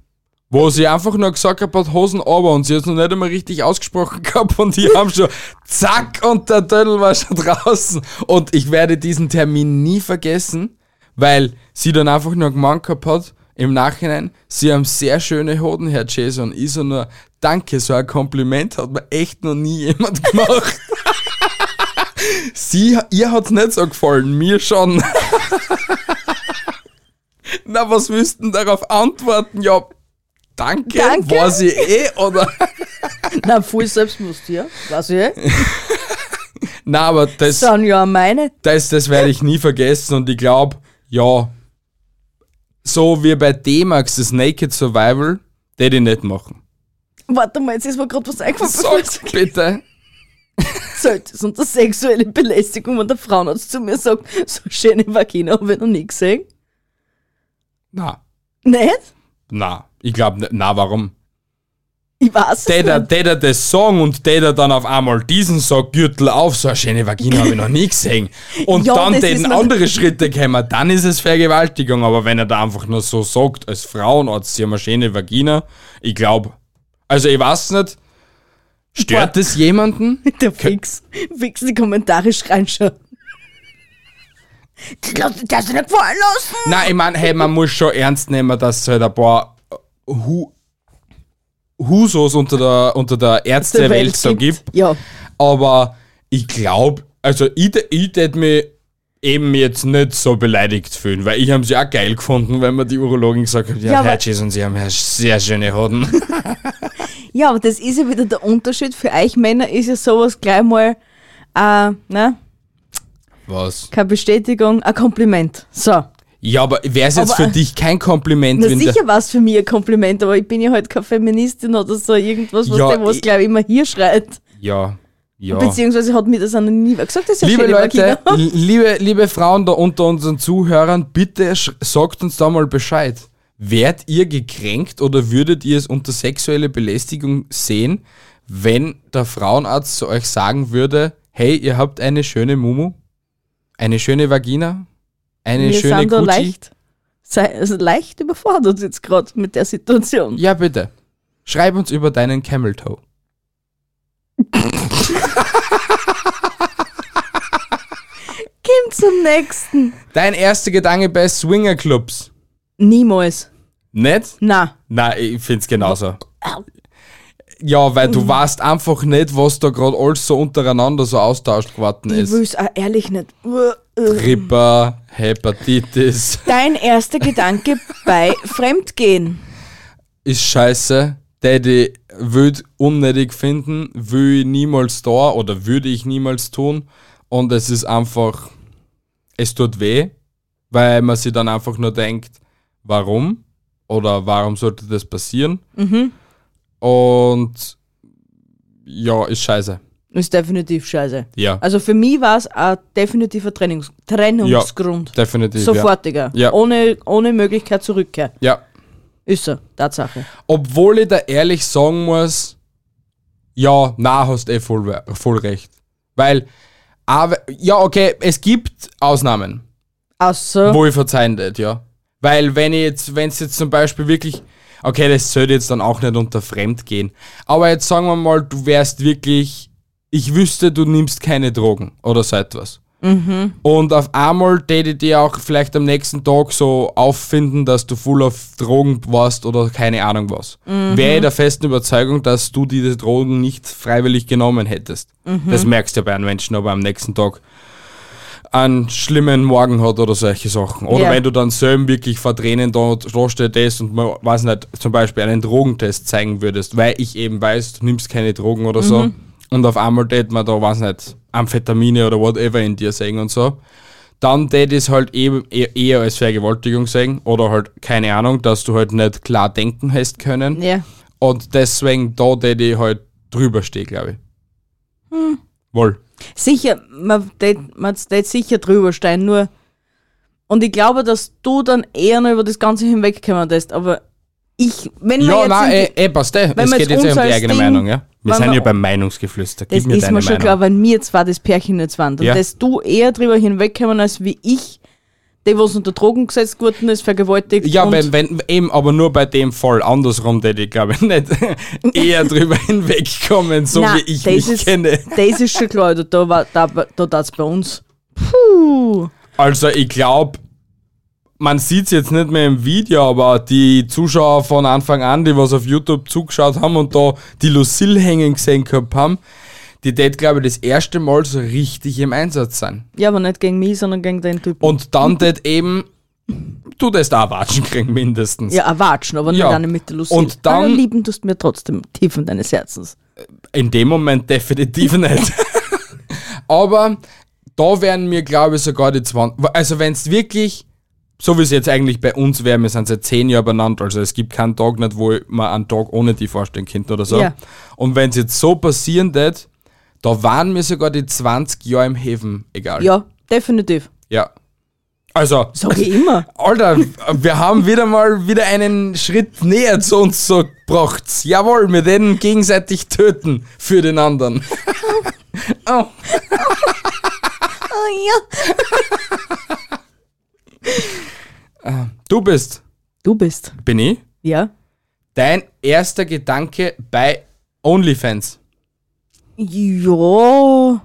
Wo sie einfach nur gesagt hat, hat Hosen aber und sie hat es noch nicht einmal richtig ausgesprochen gehabt und die haben schon zack und der Dödel war schon draußen. Und ich werde diesen Termin nie vergessen, weil sie dann einfach nur gemeint gehabt hat, im Nachhinein, sie haben sehr schöne Hoden, Herr Jason. Und ich so nur, danke, so ein Kompliment hat mir echt noch nie jemand gemacht. sie, ihr hat's nicht so gefallen, mir schon. Na, was wüssten darauf antworten? Ja, danke, Danke. war sie eh, oder? Na, voll selbstbewusst, ja? Weiß ich. eh. Na, aber das, Sind ja meine. das, das werde ich nie vergessen und ich glaube, ja, so wie bei D-Max, das Naked Survival, hätte ich nicht machen. Warte mal, jetzt ist mir gerade was eingefallen. Sag's bitte. Zählt das unter sexuelle Belästigung, wenn der Frauenarzt zu mir sagt, so schöne Vagina habe ich noch nie gesehen? Na, Nicht? na, ich glaube, na, warum? Ich weiß es Täter, nicht. täter das Song und täter dann auf einmal diesen Sockkürtel auf, so eine schöne Vagina habe ich noch nie gesehen. Und Ja, dann das ist täten mir- andere Schritte kämen, dann ist es Vergewaltigung. Aber wenn er da einfach nur so sagt, als Frauenarzt, sie haben eine schöne Vagina, ich glaube, also ich weiß nicht, stört Boah. es jemanden? Der Fix. Fix die Kommentare schreien schon. Lass dich das nicht gefallen lassen! Nein, ich meine, hey, man muss schon ernst nehmen, dass es halt ein paar Hu Husos unter der, unter der Ärztewelt so gibt. Ja. Aber ich glaube, also ich, ich tät mich eben jetzt nicht so beleidigt fühlen, weil ich habe sie auch geil gefunden, wenn mir die Urologin gesagt hat, ja, Ja, ja aber- Herr Cheese und sie haben ja sehr schöne Hoden. ja, aber das ist ja wieder der Unterschied. Für euch Männer ist ja sowas gleich mal, äh, ne? Was? Keine Bestätigung, ein Kompliment. So. Ja, aber wäre es jetzt Aber- für dich kein Kompliment, Na wenn der, sicher war es für mich ein Kompliment, aber ich bin ja halt keine Feministin oder so irgendwas, was Ja, der was ich- glaube ich immer hier schreit. Ja, ja. Beziehungsweise hat mir das auch noch nie wer gesagt, das ist ja Liebe schöne Leute, Vagina. li- liebe, liebe Frauen da unter unseren Zuhörern, bitte sch- sagt uns da mal Bescheid. Wärt ihr gekränkt oder würdet ihr es unter sexuelle Belästigung sehen, wenn der Frauenarzt zu euch sagen würde, hey, ihr habt eine schöne Mumu, eine schöne Vagina, eine Wir schöne sind da Gucci? leicht, sei, also leicht überfordert jetzt gerade mit der Situation. Ja, bitte. Schreib uns über deinen Camel Toe. Kim zum nächsten. Dein erster Gedanke bei Swingerclubs? Niemals. Nicht? Na. Nein, ich find's genauso. Ja, weil du weißt einfach nicht, was da gerade alles so untereinander so austauscht geworden Ich ist. will's auch ehrlich nicht. Uh, uh. Grippe, Hepatitis, Dein erster Gedanke bei Fremdgehen. ist scheiße. Daddy würde unnötig finden, will ich niemals da oder würde ich niemals tun. Und es ist einfach, es tut weh, weil man sich dann einfach nur denkt, warum oder warum sollte das passieren? Mhm. Und ja, ist scheiße. Ist definitiv scheiße. Ja, Also für mich war es ein definitiver Trennungs Trennungsgrund. definitiv. Sofortiger. Ja. Ohne, ohne Möglichkeit zur Rückkehr. Ja. ja. Ist so. Tatsache. Obwohl ich da ehrlich sagen muss, ja, na, hast eh voll, we- voll recht. Weil, aber, ja, okay, es gibt Ausnahmen, Außer. wo ich verzeihen tät, ja. Weil, wenn ich jetzt, wenn es jetzt zum Beispiel wirklich, okay, das sollte jetzt dann auch nicht unter Fremd gehen, aber jetzt sagen wir mal, du wärst wirklich, ich wüsste, du nimmst keine Drogen oder so etwas. Und auf einmal täte ich dir auch vielleicht am nächsten Tag so auffinden, dass du voll auf Drogen warst oder keine Ahnung was. Wäre ich der festen Überzeugung, dass du diese Drogen nicht freiwillig genommen hättest. Das merkst du ja bei einem Menschen, ob er am nächsten Tag einen schlimmen Morgen hat oder solche Sachen. Oder Ja. wenn du dann selber wirklich vor Tränen da, da stehst und mal, weiß nicht, zum Beispiel einen Drogentest zeigen würdest, weil ich eben weiß, du nimmst keine Drogen oder Mhm. so. Und auf einmal tät man da, weiß nicht, Amphetamine oder whatever in dir sehen und so. Dann tät es halt eben e- eher als Vergewaltigung sehen oder halt, keine Ahnung, dass du halt nicht klar denken hast können. Ja. Und deswegen da tät ich halt drüber stehen, glaube ich. Hm. Wohl. Sicher, man tät- man steht sicher drüber stehen, nur. Und ich glaube, dass du dann eher noch über das Ganze hinwegkommen bist, aber ich, wenn man Ja, jetzt nein, in die- eh, eh, passt eh. wenn Es wir geht jetzt jetzt eh um uns die als eigene Ding- Meinung, ja. Wir wenn sind wir- ja beim Meinungsgeflüster. Gib Das mir ist deine mir schon Meinung. klar, wenn mir zwar das Pärchen nicht wand und Ja. dass du eher drüber hinwegkommen als wie ich, der was unter Drogen gesetzt worden ist, vergewaltigt ja, und wenn, wenn, eben, aber nur bei dem Fall. Andersrum, hätte ich glaube ich nicht eher drüber hinwegkommen, so Nein, wie ich das mich ist- kenne. das ist schon klar, da, da, war- da, da tat's bei uns. Puh. Also, ich glaube, man sieht es jetzt nicht mehr im Video, aber die Zuschauer von Anfang an, die was auf YouTube zugeschaut haben und da die Lucille hängen gesehen gehabt haben, die tät, glaube ich, das erste Mal so richtig im Einsatz sein. Ja, aber nicht gegen mich, sondern gegen den Typen. Und dann tät eben, du das da watschen kriegen mindestens. ja, erwatschen, aber Ja. nicht eine mit der Lucille. Und dann- Aber lieben tust du mir trotzdem tiefen deines Herzens. In dem Moment definitiv nicht. Aber da wären mir, glaube ich, sogar die 20. Also wenn es wirklich, so wie es jetzt eigentlich bei uns wäre, wir sind seit zehn Jahren benannt, also es gibt keinen Tag nicht, wo man einen Tag ohne die vorstellen könnte oder so. Ja. Und wenn es jetzt so passieren wird, da waren mir sogar die 20 Jahre im Häfen egal. Ja, definitiv. Ja. Also, Sag ich immer. Alter, wir haben wieder mal wieder einen Schritt näher zu uns so gebracht. Jawohl, wir werden gegenseitig töten für den anderen. oh. Oh ja. Du bist, Du bist. bin ich, Ja. dein erster Gedanke bei OnlyFans. Ja.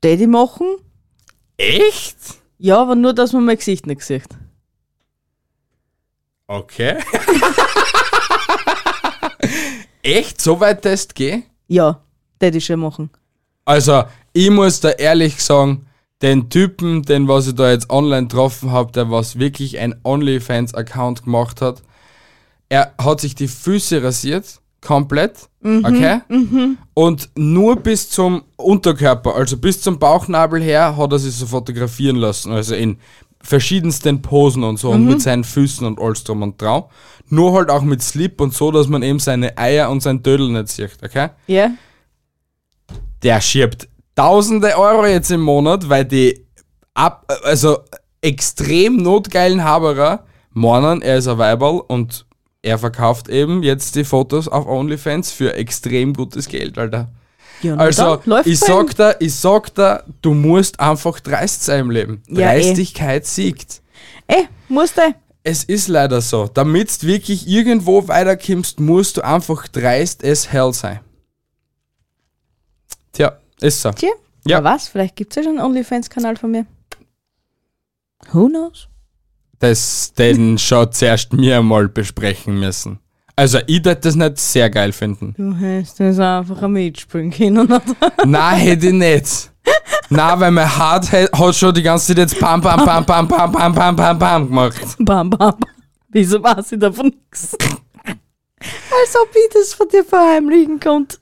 Daddy machen? Echt? Ja, aber nur, dass man mein Gesicht nicht sieht. Okay. Echt? So weit Test geh? Ja, Daddy schon machen. Also, ich muss da ehrlich sagen, den Typen, den was ich da jetzt online getroffen habe, der was wirklich ein OnlyFans-Account gemacht hat, er hat sich die Füße rasiert, komplett, okay? Und nur bis zum Unterkörper, also bis zum Bauchnabel her, hat er sich so fotografieren lassen, also in verschiedensten Posen und so und mit seinen Füßen und alles drum und drauf. Nur halt auch mit Slip und so, dass man eben seine Eier und sein Dödel nicht sieht, okay? Ja? der schiebt tausende Euro jetzt im Monat, weil die ab, also extrem notgeilen Haberer meinen, er ist ein Weiberl und er verkauft eben jetzt die Fotos auf OnlyFans für extrem gutes Geld, Alter. Ja, na Also, dann, läuft ich bei sag da, ich sag da, du musst einfach dreist sein im Leben. Ja, eh. Dreistigkeit siegt. ihm. Ey, musst du. Es ist leider so. Damit du wirklich irgendwo weiterkommst, musst du einfach dreist as hell sein. Tja, ist so. Tja, Ja. Oder was? Vielleicht gibt es ja schon einen OnlyFans-Kanal von mir. Who knows? Das, den schon zuerst mir einmal besprechen müssen. Also, ich würde das nicht sehr geil finden. Du hast das einfach ein Mitspielen können. Nein, hätte ich nicht. Nein, weil mein Hart hat schon die ganze Zeit jetzt pam, pam, pam, pam, pam, pam, pam, pam, pam gemacht. bam, bam. Wieso weiß ich davon nichts? Als ob ich das von dir verheimlichen konnte.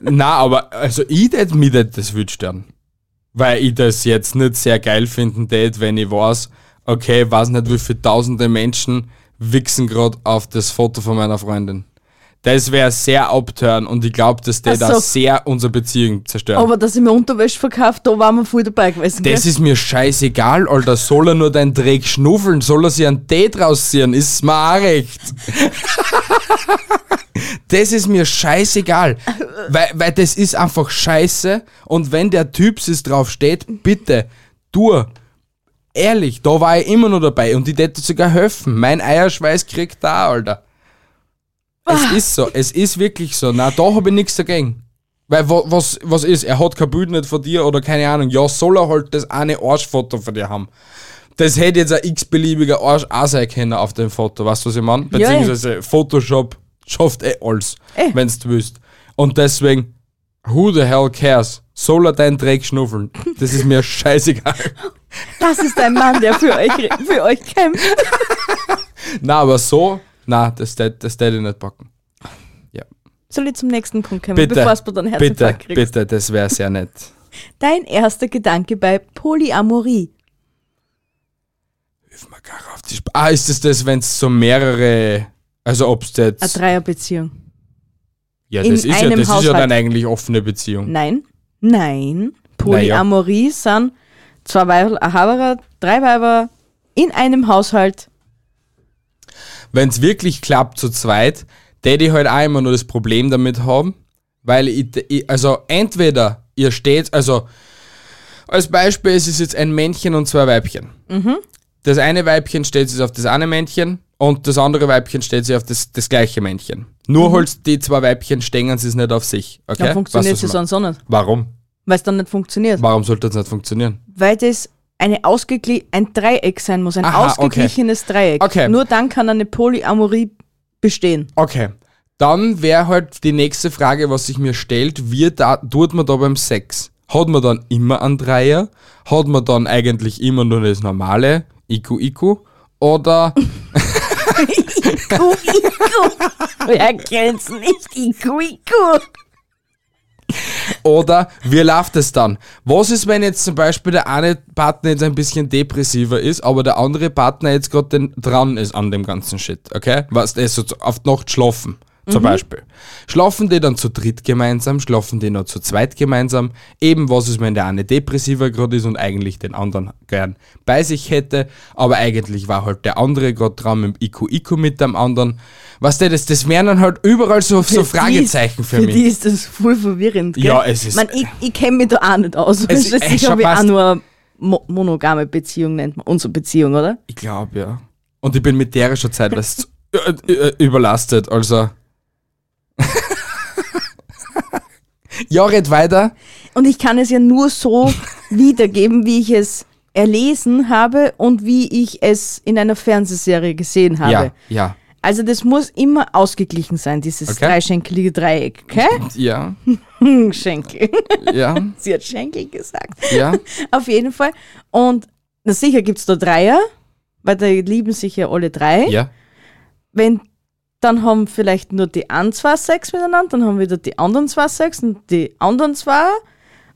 Nein, aber also ich tät mir tät das wünscht werden. Weil ich das jetzt nicht sehr geil finden tät, wenn ich weiß, okay, weiß nicht, wie viele tausende Menschen wichsen gerade auf das Foto von meiner Freundin. Das wäre sehr abtören und ich glaube, das tät Ach so. auch sehr unsere Beziehung zerstören. Aber dass ich mir Unterwäsche verkauft, da waren wir voll dabei gewesen. das ist mir scheißegal, Alter. Soll er nur deinen Dreck schnuffeln? Soll er sich einen Tee draus ziehen? Ist mir auch recht. das ist mir scheißegal. Weil, weil das ist einfach scheiße. Und wenn der Typ sich drauf steht, bitte, du. Ehrlich, da war ich immer noch dabei und ich hätte sogar helfen. Mein Eierschweiß kriegt da, Alter. Es Ah. ist so, es ist wirklich so. Na, da habe ich nichts dagegen. Weil wa- was, was ist, er hat kein Bild nicht von dir oder keine Ahnung. Ja, soll er halt das eine Arschfoto von dir haben. Das hätte jetzt ein x-beliebiger Arsch auch sein können auf dem Foto, weißt du, was ich meine? Ja, eh. Beziehungsweise Photoshop schafft eh alles, Eh. wenn's du willst. Und deswegen, who the hell cares? Soll er deinen Dreck schnuffeln? Das ist mir scheißegal. Das ist ein Mann, der für euch, für euch kämpft. na, aber so, na, das tät- das tät ich nicht packen. Soll ich zum nächsten Punkt kommen, Bitte, bevor du dann bitte, Herzinfarkt kriegst? bitte, das wäre sehr nett. Dein erster Gedanke bei Polyamorie. Hilf mir gar auf die Sp Ah, ist es das, wenn es so mehrere, also ob es Eine jetzt, Dreierbeziehung. ja, in das ist ja, einem das ist ja Haushalt. Mhm. dann eigentlich offene Beziehung. Nein. Nein. Polyamorie sind zwei Weiber, ein Haberer, drei Weiber in einem Haushalt. Wenn es wirklich klappt zu zweit, täte ich halt auch immer nur das Problem damit haben, weil ich, ich also entweder ihr steht, also als Beispiel es ist jetzt ein Männchen und zwei Weibchen. Mhm. Das eine Weibchen stellt sich auf das eine Männchen und das andere Weibchen stellt sich auf das, das gleiche Männchen. Nur halt die zwei Weibchen stängen sie es nicht auf sich. Okay? Dann Mhm. funktioniert Weißt du, es was ich sonst auch nicht. mein? Warum? Weil es dann nicht funktioniert. Warum sollte das nicht funktionieren? Weil das eine ausgegli ein Dreieck sein muss, ein Aha, okay. ausgeglichenes Dreieck. Okay. Nur dann kann eine Polyamorie bestehen. Okay. Dann wäre halt die nächste Frage, was sich mir stellt, wie da, tut man da beim Sex? Hat man dann immer einen Dreier? Hat man dann eigentlich immer nur das normale Iku Iku? Oder Iku, Iku. Ah. Wer kennt's nicht? Iku, Iku. Oder wie läuft es dann? Was ist, wenn jetzt zum Beispiel der eine Partner jetzt ein bisschen depressiver ist, aber der andere Partner jetzt gerade den- dran ist an dem ganzen Shit, okay? Was der ist so zu- auf die Nacht schlafen, zum Mhm. Beispiel. Schlafen die dann zu dritt gemeinsam, schlafen die noch zu zweit gemeinsam? Eben, was ist, wenn der eine depressiver gerade ist und eigentlich den anderen gern bei sich hätte, aber eigentlich war halt der andere gerade dran mit dem Iku Iku mit dem anderen. Was der das, das wären dann halt überall so, so die Fragezeichen ist, für mich. Für die ist das voll verwirrend. Gell? Ja, es ist- Man, ich ich kenne mich da auch nicht aus. Es Es ist ist echt sicher schon wie auch fast- nur mo monogame Beziehung nennt man unsere Beziehung, oder? Ich glaube, ja. Und ich bin mit der schon zeitweise äh, äh, überlastet, also. ja, red weiter. Und ich kann es ja nur so wiedergeben, wie ich es erlesen habe und wie ich es in einer Fernsehserie gesehen habe. Ja, ja. Also das muss immer ausgeglichen sein, dieses Okay. dreischenkelige Dreieck. Okay? Ja, Hm, Schenkel. ja, Sie hat Schenkel gesagt. ja. Auf jeden Fall. Und na sicher gibt's da Dreier, weil da lieben sich ja alle drei. Ja. Wenn dann haben vielleicht nur die einen zwei Sex miteinander, dann haben wieder die anderen zwei Sex und die anderen zwei.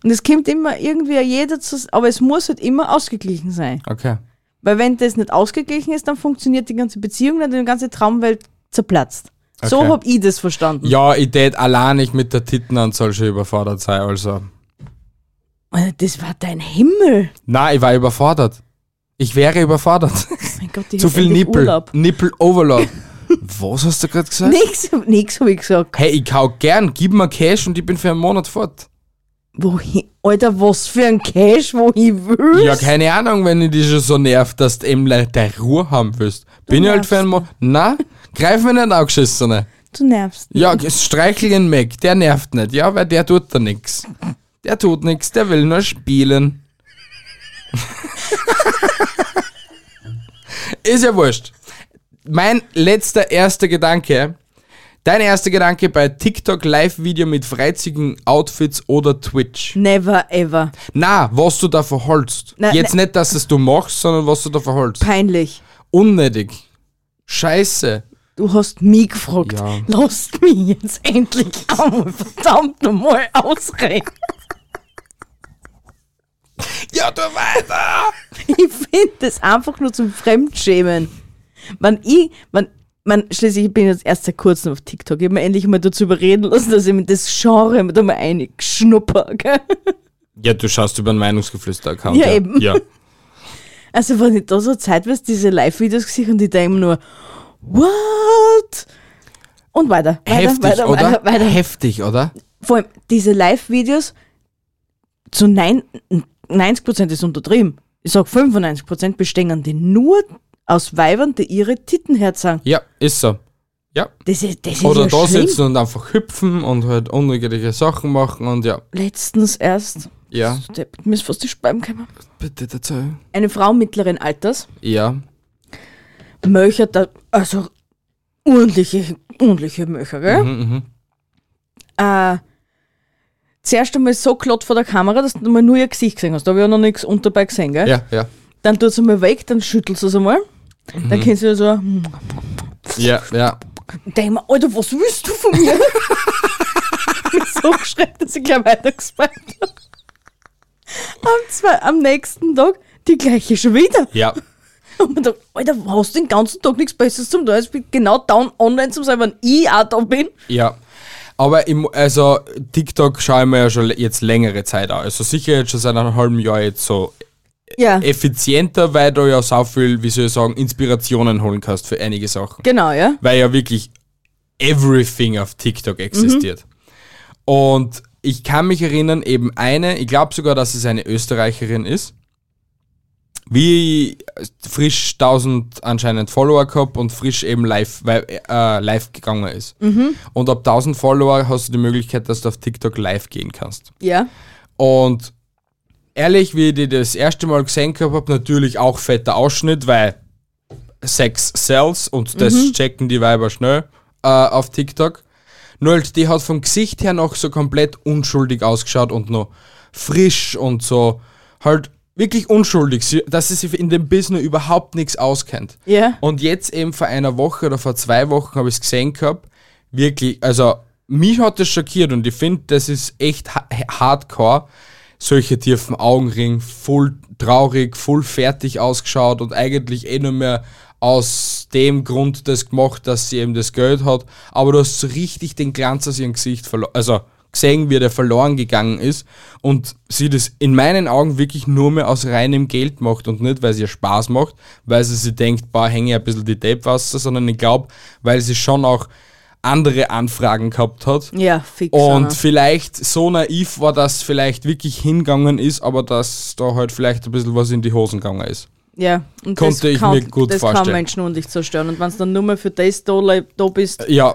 Und es kommt immer irgendwie jeder zu, aber es muss halt immer ausgeglichen sein. Okay. Weil wenn das nicht ausgeglichen ist, dann funktioniert die ganze Beziehung nicht und die ganze Traumwelt zerplatzt. So Okay. hab ich das verstanden. Ja, ich tät allein nicht mit der Tittenanzahl schon überfordert sein, also. Alter, Das war dein Himmel. Nein, ich war überfordert. Ich wäre überfordert. Mein Gott, ich Zu hab viel endlich Nippel. Urlaub. Nippel-Overload. Was hast du gerade gesagt? Nix, nix habe ich gesagt. Hey, ich kau gern, gib mir Cash und ich bin für einen Monat fort. Wohin? Alter, was für ein Cash, wohin willst? Ja, keine Ahnung, wenn ich dich schon so nervt, dass du eben deine Ruhe haben willst. Bin ich halt nervst für einen Mo Na, greif mir nicht angeschissen. du nervst. Ja, streichel ihn weg, der nervt nicht. Ja, weil der tut da nix. Der tut nichts, der will nur spielen. Ist ja wurscht. Mein letzter erster Gedanke. Dein erster Gedanke bei TikTok Live-Video mit freizigen Outfits oder Twitch. Never ever. Na, was du da verholst. Na, Jetzt nicht, dass es du machst, sondern was du da verholst. Peinlich. Unnötig. Scheiße. Du hast mich gefragt. Ja. Lass mich jetzt endlich einmal verdammt nochmal ausreden. Ja, du weiter! Ich finde das einfach nur zum Fremdschämen. Wenn ich, wenn, man, schließlich ich bin jetzt erst seit kurzem auf TikTok. Ich habe mir endlich mal dazu überreden lassen, dass ich mir das Genre mit einmal einschnupper. Gell? Ja, du schaust über einen Meinungsgeflüster-Account. Ja, eben. Ja. Also, wenn ich da so zeitweise diese Live-Videos gesehen und ich denke nur, what? Und weiter. weiter Heftig, weiter, oder? weiter, weiter. Heftig, oder? Vor allem diese Live-Videos zu nein, 90% ist untertrieben. Ich sag 95% bestehen die nur aus Weibern, die ihre Titten herzeigen. Ja, ist so. Ja. Das ist, das ist Oder ja da schlimm. sitzen und einfach hüpfen und halt unnötige Sachen machen und ja. Letztens erst, Ja. der, mir ist fast die Speiben gekommen. Bitte dazu. Eine Frau mittleren Alters Ja. möchert da, also ordentliche, ordentliche Möcher, gell? Mhm, Äh, zuerst einmal so klott vor der Kamera, dass du mal nur ihr Gesicht gesehen hast. Da habe ich ja noch nichts unter dabei gesehen, gell? Ja, ja. Dann tut es einmal weg, dann schüttelst du es einmal. Mhm. Dann kennst du ja so, hm, Ja, ja. denk mal, Alter, was willst du von mir? ich bin so geschreckt, dass ich gleich weitergespannt habe. Am, zwei, am nächsten Tag die gleiche schon wieder. Ja. Und man dachte, Alter, hast du den ganzen Tag nichts Besseres zum tun? Ich bin genau down online zum sein, wenn ich auch da bin. Ja. Aber im, also TikTok schaue ich mir ja schon le- jetzt längere Zeit an. Also sicher jetzt schon seit einem halben Jahr jetzt so Ja, effizienter, weil du ja so viel, wie soll ich sagen, Inspirationen holen kannst für einige Sachen. genau, ja. weil ja wirklich everything auf TikTok existiert. Und ich kann mich erinnern, eben eine, ich glaube sogar, dass es eine Österreicherin ist, wie frisch 1000 anscheinend Follower gehabt und frisch eben live, weil, äh, live gegangen ist. Und ab 1000 Follower hast du die Möglichkeit, dass du auf TikTok live gehen kannst. Ja, Und ehrlich, wie ich die das erste Mal gesehen habe, habe natürlich auch fetter Ausschnitt, weil Sex sells und das checken die Weiber schnell äh, auf TikTok. Nur halt, die hat vom Gesicht her noch so komplett unschuldig ausgeschaut und noch frisch und so halt wirklich unschuldig, sie- dass sie sich in dem Business überhaupt nichts auskennt. ja. Und jetzt eben vor einer Woche oder vor zwei Wochen habe ich es gesehen gehabt. Wirklich, also mich hat das schockiert und ich finde, das ist echt ha hardcore. Solche tiefen Augenring, voll traurig, voll fertig ausgeschaut und eigentlich eh nur mehr aus dem Grund das gemacht, dass sie eben das Geld hat. Aber du hast so richtig den Glanz aus ihrem Gesicht verloren. Also gesehen, wie der verloren gegangen ist und sie das in meinen Augen wirklich nur mehr aus reinem Geld macht und nicht, weil es ihr Spaß macht, weil sie sich denkt, boah, hänge ich ein bisschen die Deppwasser, sondern ich glaube, weil sie schon auch andere Anfragen gehabt hat Ja, genau. fix. und Anna. vielleicht so naiv war, dass vielleicht wirklich hingegangen ist, aber dass da halt vielleicht ein bisschen was in die Hosen gegangen ist. ja. Und konnte ich mir gut das Das kann vorstellen. Menschen und dich zerstören. Und wenn du dann nur mal für das da, le- da bist, Ja,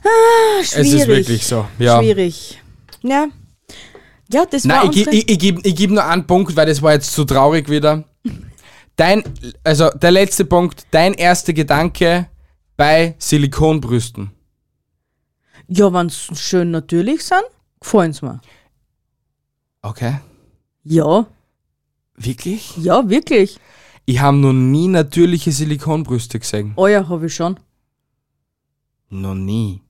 schwierig. Äh, es ist wirklich so. Ja. Schwierig. Ja. Ja, das war Nein, ich, unsere... ge- ich, ich gebe ich geb nur einen Punkt, weil das war jetzt zu traurig wieder. Dein, also der letzte Punkt, dein erster Gedanke bei Silikonbrüsten. ja, wenn sie schön natürlich sind, gefallen sie mir. Okay. Ja, Wirklich? ja, wirklich. Ich habe noch nie natürliche Silikonbrüste gesehen. Oh ja, habe ich schon. Noch nie.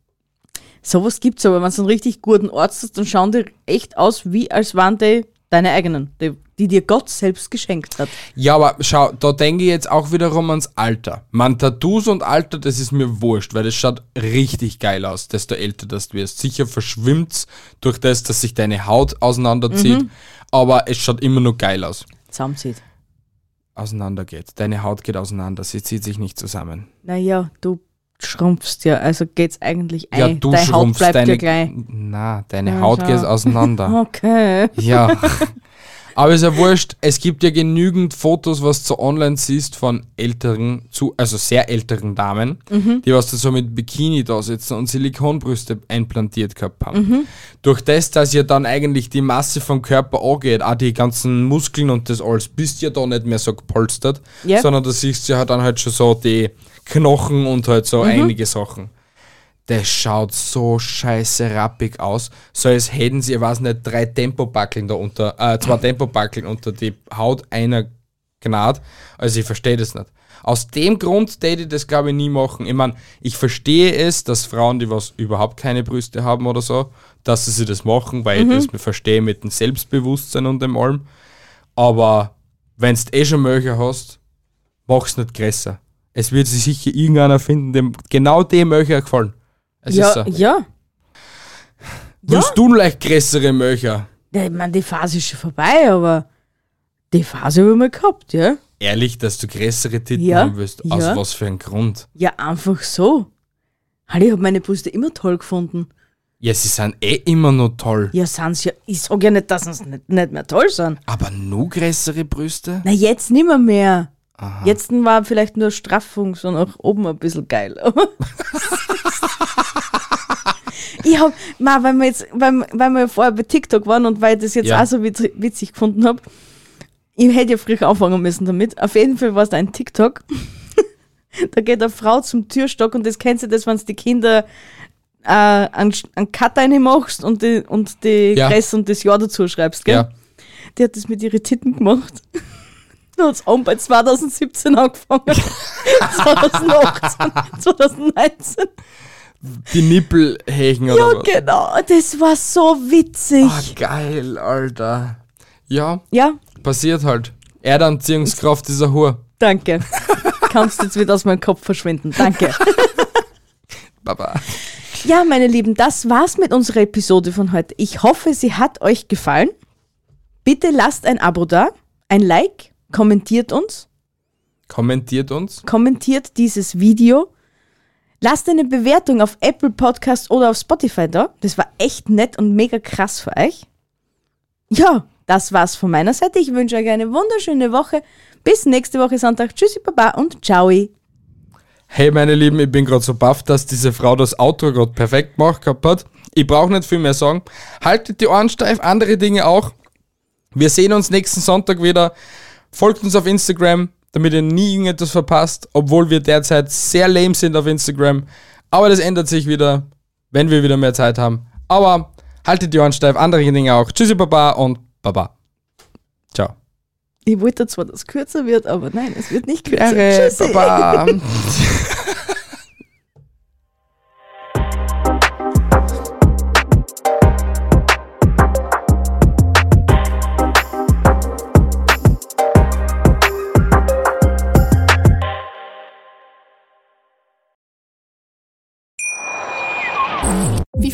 Sowas gibt's aber, wenn du einen richtig guten Arzt hast, dann schauen die echt aus, wie als waren die deine eigenen, die, die dir Gott selbst geschenkt hat. Ja, aber schau, da denke ich jetzt auch wiederum ans Alter. Man, Tattoos und Alter, das ist mir wurscht, weil das schaut richtig geil aus, desto älter das du wirst. Sicher verschwimmt's durch das, dass sich deine Haut auseinanderzieht, aber es schaut immer noch geil aus. Zusammenzieht. auseinandergeht. Deine Haut geht auseinander, sie zieht sich nicht zusammen. Naja, du schrumpfst ja, also geht's eigentlich ein. Ja, du Deine Haut schrumpfst bleibt deine ja gleich. Na, deine Ja, Haut schau. geht auseinander. Okay. ja. Aber ist ja wurscht, es gibt ja genügend Fotos, was du online siehst von älteren, zu, also sehr älteren Damen, die was da so mit Bikini da sitzen und Silikonbrüste implantiert gehabt haben. Durch das, dass ja dann eigentlich die Masse vom Körper angeht, auch die ganzen Muskeln und das alles, bist ja da nicht mehr so gepolstert, Ja. sondern da siehst du ja dann halt schon so die Knochen und halt so einige Sachen. Das schaut so scheiße rappig aus. So als hätten sie, ich weiß nicht, drei Tempobackeln da unter, äh, zwei Tempobackeln unter die Haut einer Gnad. Also ich verstehe das nicht. Aus dem Grund täte ich das, glaube ich, nie machen. Ich meine, ich verstehe es, dass Frauen, die was überhaupt keine Brüste haben oder so, dass sie sich das machen, weil Mhm. ich das verstehe mit dem Selbstbewusstsein und dem allem. Aber wenn du eh schon Möcher hast, mach's nicht größer. Es wird sich sicher irgendeiner finden, dem genau dem Möcher gefallen. Es ist so. Ja, ja. Willst du leicht größere Möcher? Ja, Ich meine, die Phase ist schon vorbei, aber die Phase haben wir mal gehabt, ja? Ehrlich, dass du größere Titel Ja, haben willst? Aus ja. was für ein Grund? Ja, einfach so. Halt, ich habe meine Brüste immer toll gefunden. Ja, sie sind eh immer noch toll. Ja, sind's ja. Ich sag ja nicht, dass sie nicht, nicht mehr toll sind. Aber nur größere Brüste? Na, jetzt nimmer mehr. Jetzt war vielleicht nur Straffung, so nach oben ein bisschen geil. aber- ich hab, ma, weil wir jetzt, weil, weil wir ja vorher bei TikTok waren und weil ich das jetzt Ja. auch so witz, witzig gefunden habe, ich hätte ja früher anfangen müssen damit. Auf jeden Fall war es da ein TikTok. da geht eine Frau zum Türstock und das kennst du das, wenn die Kinder äh, einen, einen Cut reinmachst und die, und die Ja. Kress und das Jahr dazu schreibst, gell? Ja. Die hat das mit ihren Titten gemacht. Dann hat's an bei 2017 angefangen. 2018, 2019. Die Nippelhägen oder Ja, was? genau. Das war so witzig. Ah, geil, Alter. Ja, Ja, passiert halt. Erdanziehungskraft dieser Hure. danke. Kannst jetzt wieder aus meinem Kopf verschwinden. Danke. Baba. Ja, meine Lieben, das war's mit unserer Episode von heute. Ich hoffe, sie hat euch gefallen. Bitte lasst ein Abo da, ein Like, kommentiert uns. Kommentiert uns. kommentiert dieses Video. Lasst eine Bewertung auf Apple Podcast oder auf Spotify da. Das war echt nett und mega krass für euch. Ja, das war's von meiner Seite. Ich wünsche euch eine wunderschöne Woche. Bis nächste Woche Sonntag. Tschüssi, Baba und ciao. Hey, meine Lieben, ich bin gerade so baff, dass diese Frau das Outro gerade perfekt gemacht gehabt hat. Ich brauche nicht viel mehr sagen. Haltet die Ohren steif, andere Dinge auch. Wir sehen uns nächsten Sonntag wieder. Folgt uns auf Instagram, damit ihr nie irgendetwas verpasst, obwohl wir derzeit sehr lame sind auf Instagram. Aber das ändert sich wieder, wenn wir wieder mehr Zeit haben. Aber haltet die Ohren steif, andere Dinge auch. Tschüssi, Baba und Baba. Ciao. Ich wollte zwar, dass es kürzer wird, aber nein, es wird nicht kürzer. Tschüssi. Baba. Wie